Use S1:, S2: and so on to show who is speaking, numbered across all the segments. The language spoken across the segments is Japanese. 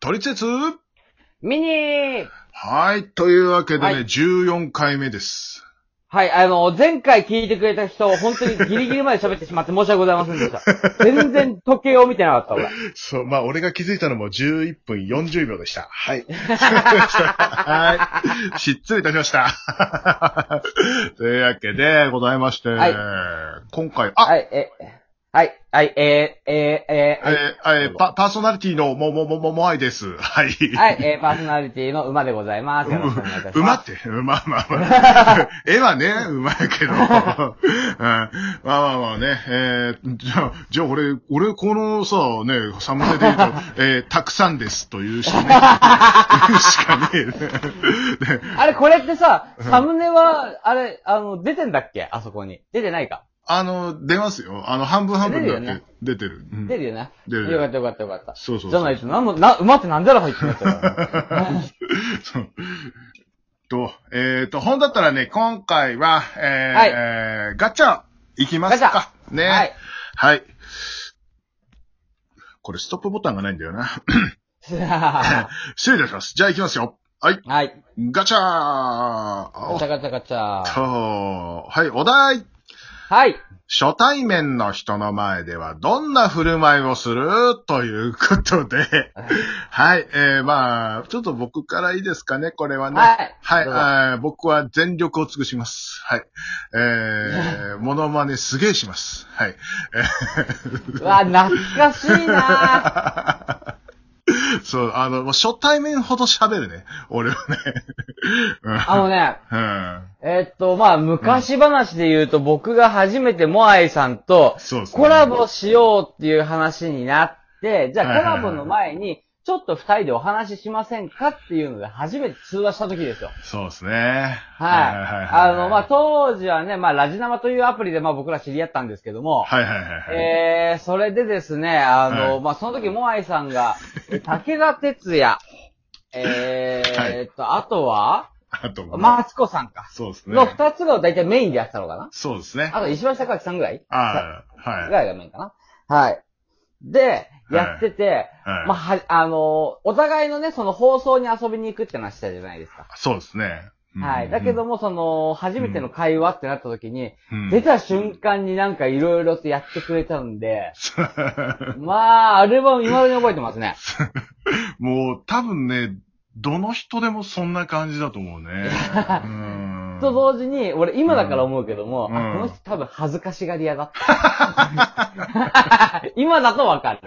S1: 取りつつ
S2: ミニー
S1: はい。というわけでね、
S2: はい
S1: 14回目です。
S2: はい、あの、前回聞いてくれた人、本当にギリギリまで喋ってしまって申し訳ございませんでした。全然時計を見てなかった、俺。
S1: そう、まあ、俺が気づいたのも11分40秒でした。はい。はい。失礼いたしました。というわけでございまして、
S2: はい
S1: 今回、あ、
S2: はい、え、はい、はい、えー、えー、えー、はい
S1: えーえーパ、パーソナリティのも、も、も、も、もあいです。はい。
S2: はい、えー、パーソナリティの馬でございます。よろしくお願いいたし
S1: 馬
S2: ま
S1: って、まあまあ まあ。絵はね、うまいけど。うん、まあまあまあね。えー、じゃあ、じゃあ俺、俺このさ、ね、寒さで 言うと、えー、たくさんですというしかね、 しかねえね。
S2: す。あれ、これってさ、サムネは、あれ、あの、出てんだっけあそこに。出てないか。
S1: あの、出ますよ。あの、半分半分
S2: 出
S1: だ
S2: るよ
S1: っ
S2: ね
S1: て出てる。うん
S2: 出るよね。
S1: 出る
S2: よかったよかったよかった。
S1: そうそうそう
S2: じゃないと、なんも、な、馬ってなんでら入ってんだったら。
S1: そうと、えっ、と、本だったらね、今回は、えー
S2: はい
S1: えーガチャ、いきます
S2: ガチ
S1: か。ね。
S2: はい。
S1: はい。これ、ストップボタンがないんだよな。 失礼いたします。じゃあ行きますよ。はい。
S2: はい。
S1: ガチャーお
S2: ガ
S1: っ
S2: チャガチャガチ
S1: と
S2: ャ。
S1: はい、お題
S2: はい。
S1: 初対面の人の前ではどんな振る舞いをするということで。はい。えー、まあ、ちょっと僕からいいですかね、これはね。
S2: はい
S1: はい。
S2: どうぞ
S1: あー僕は全力を尽くします。はい。え ー、モノマネすげえします。はい。
S2: うわ、懐かしいなぁ。
S1: そう、あの、もう初対面ほど喋るね。俺はね。
S2: あのね、
S1: うん。
S2: えっと、まあ、昔話で言うと、僕が初めてモアイさんと
S1: そうですね
S2: コラボしようっていう話になって、じゃあコラボの前に、ちょっと二人でお話ししませんかっていうので、初めて通話した時ですよ。
S1: そうですね。
S2: はい。あの、まあ、
S1: と、
S2: 当時はね、まあ、ラジナマというアプリで、まあ、僕ら知り合ったんですけども、
S1: はいはいはいはい。
S2: えー、それでですね、あ
S1: は
S2: の、
S1: い
S2: まあ、その時、モアイさんが、え武田鉄矢、えー、
S1: はい
S2: えっと、あとは、
S1: あと、
S2: マツコさんか。
S1: そうですね
S2: の。二つが大体メインでやってたのかな
S1: そうですね。
S2: あと、石橋貴明さんぐらい
S1: ああ、
S2: ぐ
S1: はい。
S2: らいがメインかなはい。で、やってて、
S1: はい
S2: まあ、は、あの、お互いのね、その放送に遊びに行くって話したじゃないですか。
S1: そうですね。うん
S2: はい。だけど、も、その、初めての会話ってなった時に、
S1: うん
S2: 出た瞬間になんかいろいろとやってくれたんで、
S1: そう
S2: まあ、あれは未だに覚えてますね。
S1: もう、多分ね、どの人でもそんな感じだと思うね。うん
S2: と同時に、俺今だから思うけども、
S1: うん
S2: あこの人多分恥ずかしがり屋だった。 今だとわかる。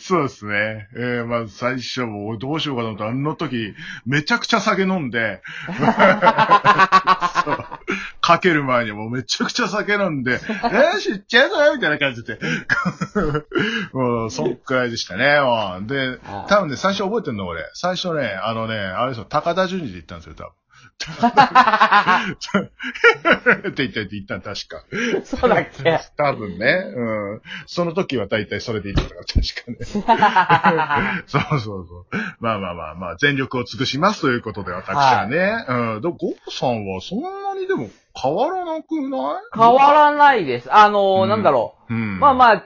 S1: そうですね。えー、まあ、最初、もうどうしようかなと、あの時、めちゃくちゃ酒飲ん で、そうかける前にもうめちゃくちゃ酒飲ん で、えー、知っちゃうぞよみたいな感じで。 もう、そんくらいでしたね。もうで
S2: あ、あ
S1: 多分ね、最初覚えてんの、俺。最初ね、あのね、あれですよ、高田純次で行ったんですよ、 多分。 って言ったって言ったん確か。
S2: そうだっけ
S1: 多分ね。うん。その時は大体それで言ってたから、確かね。そうそうそう。まあまあまあまあ、全力を尽くしますということで、私はね。うん。でも、ゴーさんはそんなにでも変わらなくない
S2: 変わらないです。あのー
S1: うん
S2: なんだろう。
S1: うん。
S2: まあまあ、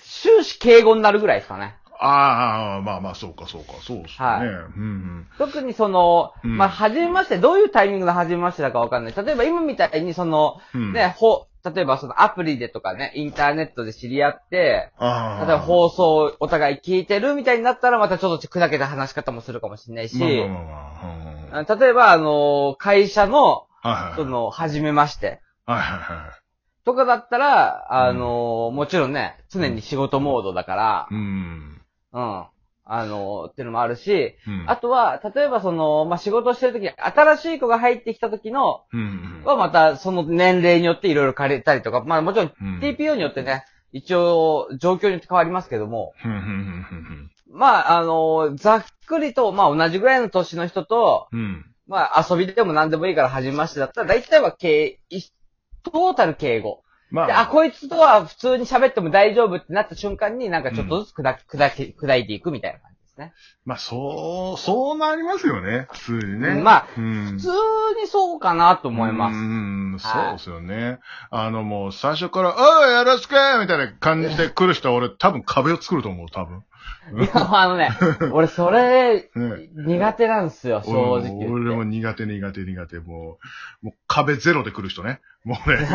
S2: 終始敬語になるぐらいですかね。
S1: あ。ああ、まあまあ、そうかそうか、そうですね。
S2: はい
S1: うん
S2: 特にその、
S1: うん
S2: まあ、初めまして、どういうタイミングの初めましてだかわかんない。例えば今みたいにその、
S1: うん。
S2: ね、。ほ、例えばそのアプリでとかね、インターネットで知り合って、
S1: ああ。
S2: 例えば放送をお互い聞いてるみたいになったらまたちょっと砕けた話し方もするかもしれないし、
S1: まあまあまあまあうんうんはい
S2: 例えばあの、会社の、
S1: はい
S2: その、初めまして
S1: はいはいはい。
S2: とかだったら、あの、もちろんね、常に仕事モードだから
S1: う、ん。
S2: うん。あの、っていうのもあるし、
S1: うん
S2: あとは、例えばその、まあ、仕事してる時に新しい子が入ってきた時の、
S1: うんうん。
S2: はまたその年齢によっていろいろ変えたりとか、まあ、もちろん
S1: うん
S2: TPO によってね、一応、状況によって変わりますけども、
S1: うんうんうん
S2: まあ、あの、ざっくりと、まあ、同じぐらいの年の人と、
S1: うんうん。
S2: まあ、遊びでも何でもいいから始めましてだったら、大体は敬、いトータル敬語。
S1: ま
S2: で、あ、こいつとは普通に喋っても大丈夫ってなった瞬間になんかちょっとずつ砕き、砕き、砕いていくみたいな感じですね。
S1: まあ、そう、そうなりますよね、普通にね。
S2: うんまあ
S1: うん、
S2: 普通にそうかなと思います。
S1: うん、そ
S2: は
S1: う
S2: い
S1: ですよね。あの、もう最初から、おい、よろしくみたいな感じで来る人は俺多分壁を作ると思う、多分。
S2: いや、もうあ のね、俺それ、
S1: ね
S2: 苦手なんですよ、正直言って。
S1: 俺 も俺も苦手苦手苦手。もう、もう壁ゼロで来る人ね。もうね、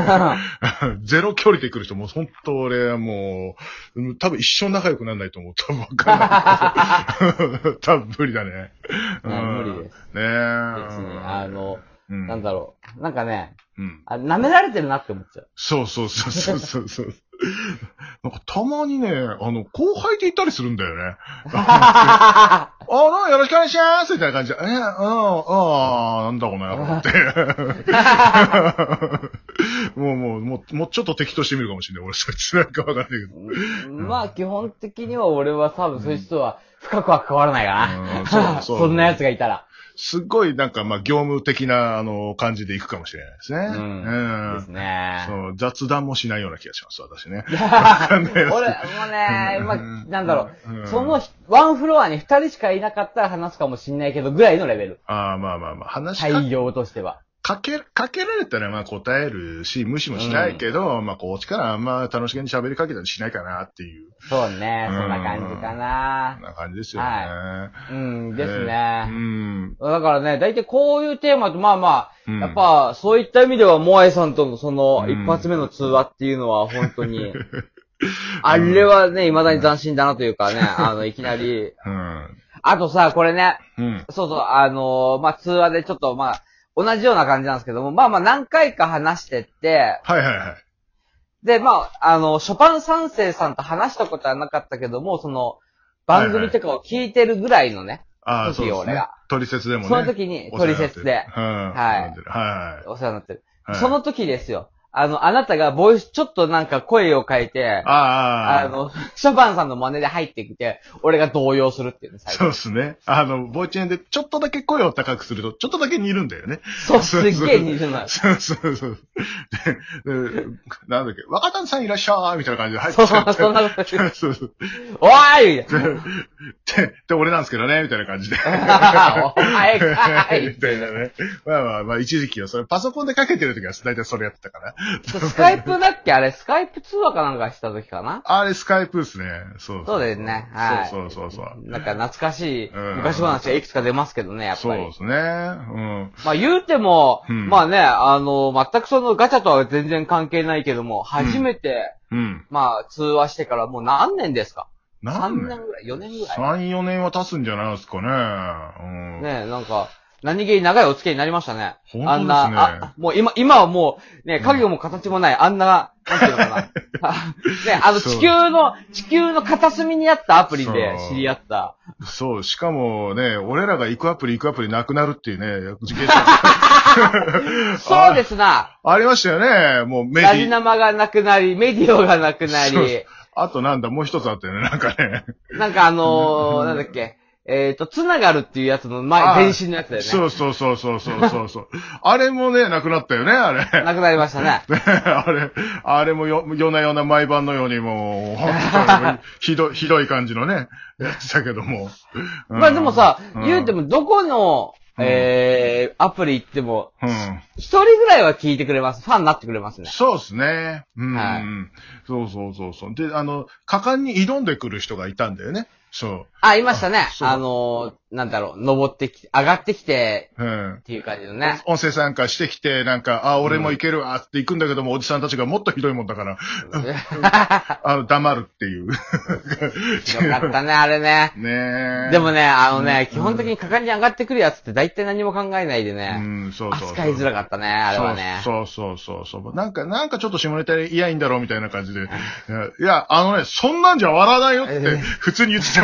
S1: ゼロ距離で来る人、もう本当俺はもううん、多分一生仲良くならないと思う。多分わかん ない。多分無理だね。
S2: うん無理ですす。。
S1: ねえ。
S2: 別に、あの、
S1: うん、
S2: なんだろう。なんかね、
S1: うん。
S2: あ舐められてるなって思っ ちゃう。
S1: そうそうそうそうそうそう。 なんかたまにね、あの、後輩でいたりするんだよね。あの、よろしくお願いしますみたいな感じで、え、うん、ああ、なんだこの野郎 って。もうもう、もう、もうちょっと敵としてみるかもしれない。俺、そいつなんかわかんないけど。
S2: まあ、基本的には俺は多分そういう人は深くは関わらないか
S1: うん
S2: な。
S1: そうそう
S2: んな奴がいたら。
S1: すっごいなんか、まあ、業務的な、あの、感じでいくかもしれないですね。
S2: うん
S1: うん
S2: ですね。
S1: そう、雑談もしないような気がします、私ね。
S2: 俺もね、まあ、なんだろ
S1: う
S2: う。
S1: ん
S2: そのひ、ワンフロアに二人しかいなかったら話すかもしんないけど、ぐらいのレベル。
S1: ああ、まあまあまあ、話しか
S2: 対応としては。
S1: かけ、かけられたらまあ答えるし、無視もしないけど、まあこっちからあんま楽しげに喋りかけたりしないかなっていう、
S2: そうね、そんな感じかな
S1: そん。な感じですよね。
S2: はうん、です
S1: えー
S2: ね。だからね、大体こういうテーマと、まあま
S1: うん。
S2: あ、やっ、ぱ、そういった意味では、モアイさんとのその、
S1: うん
S2: 一発目の通話っていうのは、本当に、あれはね、未だに斬新だなというかね、あの、いきなり、
S1: うん。
S2: あとさ、これね、
S1: うん。
S2: そうそう、あのーまあ、通話でちょっと、まあ、同じような感じなんですけども、まあまあ何回か話してって、
S1: はいはいはい。
S2: で、まあ、あの、ショパン三世さんと話したことはなかったけども、その、番組とかを聞いてるぐらいのね、
S1: ああ、そ
S2: そ
S1: う
S2: の時
S1: です
S2: 俺
S1: ね
S2: が。
S1: 取説でもね。
S2: その時に、トリセツで、
S1: うん。
S2: はい
S1: うんは
S2: お世話になってる。
S1: い。はい。
S2: そ、の時ですよ。あの、あなたがボイス、ちょっとなんか声を変えて、
S1: あ
S2: あ
S1: あ、
S2: の、ショパンさんの真似で入ってきて、俺が動揺するっていうね、最
S1: そう
S2: 後。
S1: ですね。あの、ボイチェンでちょっとだけ声を高くすると、ちょっとだけ似るんだよね。
S2: そう、すっげえ似てるのよ。
S1: そうそうそう。で、でなんだっけ、若旦さんいらっしゃーみたいな感じで入って
S2: そう、
S1: きちゃって
S2: そんなこと言う。
S1: そうそう。
S2: おーいみたいな。
S1: で、 で、俺なんですけどね、みたいな感じで。
S2: お前かい
S1: みたいなね。まあまあまあ、一時期はそれ、パソコンでかけてる時は大体それやってたから。
S2: スカイプだっけあれ、スカイプ通話かなんかした時かな
S1: あれ、スカイプですね。そう
S2: そうですね。はい。
S1: そうそうそうそう。
S2: なんか懐かしい
S1: うん
S2: 昔話がいくつか出ますけどね、やっ
S1: そ
S2: ぱ
S1: う
S2: り
S1: で。すね。うん。
S2: まあ言うても、
S1: うん
S2: まあね、あの、全くそのガチャとは全然関係ないけども、初めて、
S1: うん。
S2: まあ通話してからもう何年ですか
S1: 何
S2: ?3
S1: 年
S2: 年ぐらい ?4 年ぐら
S1: ?3、4年は経つんじゃないですかね。うん。
S2: いねなんか、何気に長いお付き合いになりましたね。
S1: 本当ですね
S2: あんな、あ、もう今、今はもう、ね、影も形もない、あんな、なんていうの かな。ね、あの
S1: そう
S2: 地球の、地球の片隅にあったアプリで
S1: そう
S2: 知り合った。
S1: そう、しかもね、俺らが行くアプリ行くアプリなくなるっていうね、事件が
S2: そうですな。
S1: ありましたよね。もうメデ
S2: ラジ
S1: ィ、
S2: 生がなくなり、メディオがなくな
S1: そうそ
S2: り、
S1: あとなんだ、もう一つあったよね、なんかね。
S2: なんかあのー、なんだっけ、えっ、と、つながるっていうやつの前、
S1: あー
S2: 前身のやつだよね。
S1: そうそうそうそうそうそうそう。あれもね、なくなったよね、あれ。
S2: なくなりましたね。
S1: ね あれ、あれもよ、夜な夜な毎晩のようにもう、本当にひどい、 ひどい感じのね、やつだけども。うん
S2: まあでもさ、
S1: うん
S2: 言うてもどこの、えー、アプリ行っても、
S1: うん。
S2: 一人ぐらいは聞いてくれます。ファンになってくれますね。
S1: そうですね。うん、
S2: はい
S1: そうそうそうそう。で、あの、果敢に挑んでくる人がいたんだよね。そ
S2: あ、いましたね。
S1: そう
S2: あのー、なんだろう、登ってき、上がってきて、
S1: う。うん
S2: っ。ていう感じのね。
S1: 音声参加してきて、なんか、あ、俺もいけるわって行くんだけども、おじさんたちがもっとひどいもんだから、 あの、黙るっていう。
S2: よかったね、あれね。
S1: ねえ。
S2: でも、ね、あのね、基本的に果敢に上がってくるやつって大体何も考えないで
S1: う
S2: ね、
S1: ん、そうそうそう。
S2: 扱いづらかったね、あれはね。
S1: そうそうそうそう。なんか、なんかちょっと下ネタ嫌いんだろうみたいな感じで。いやいや、あのね、そんなんじゃ笑わないよって、普通に言ってたも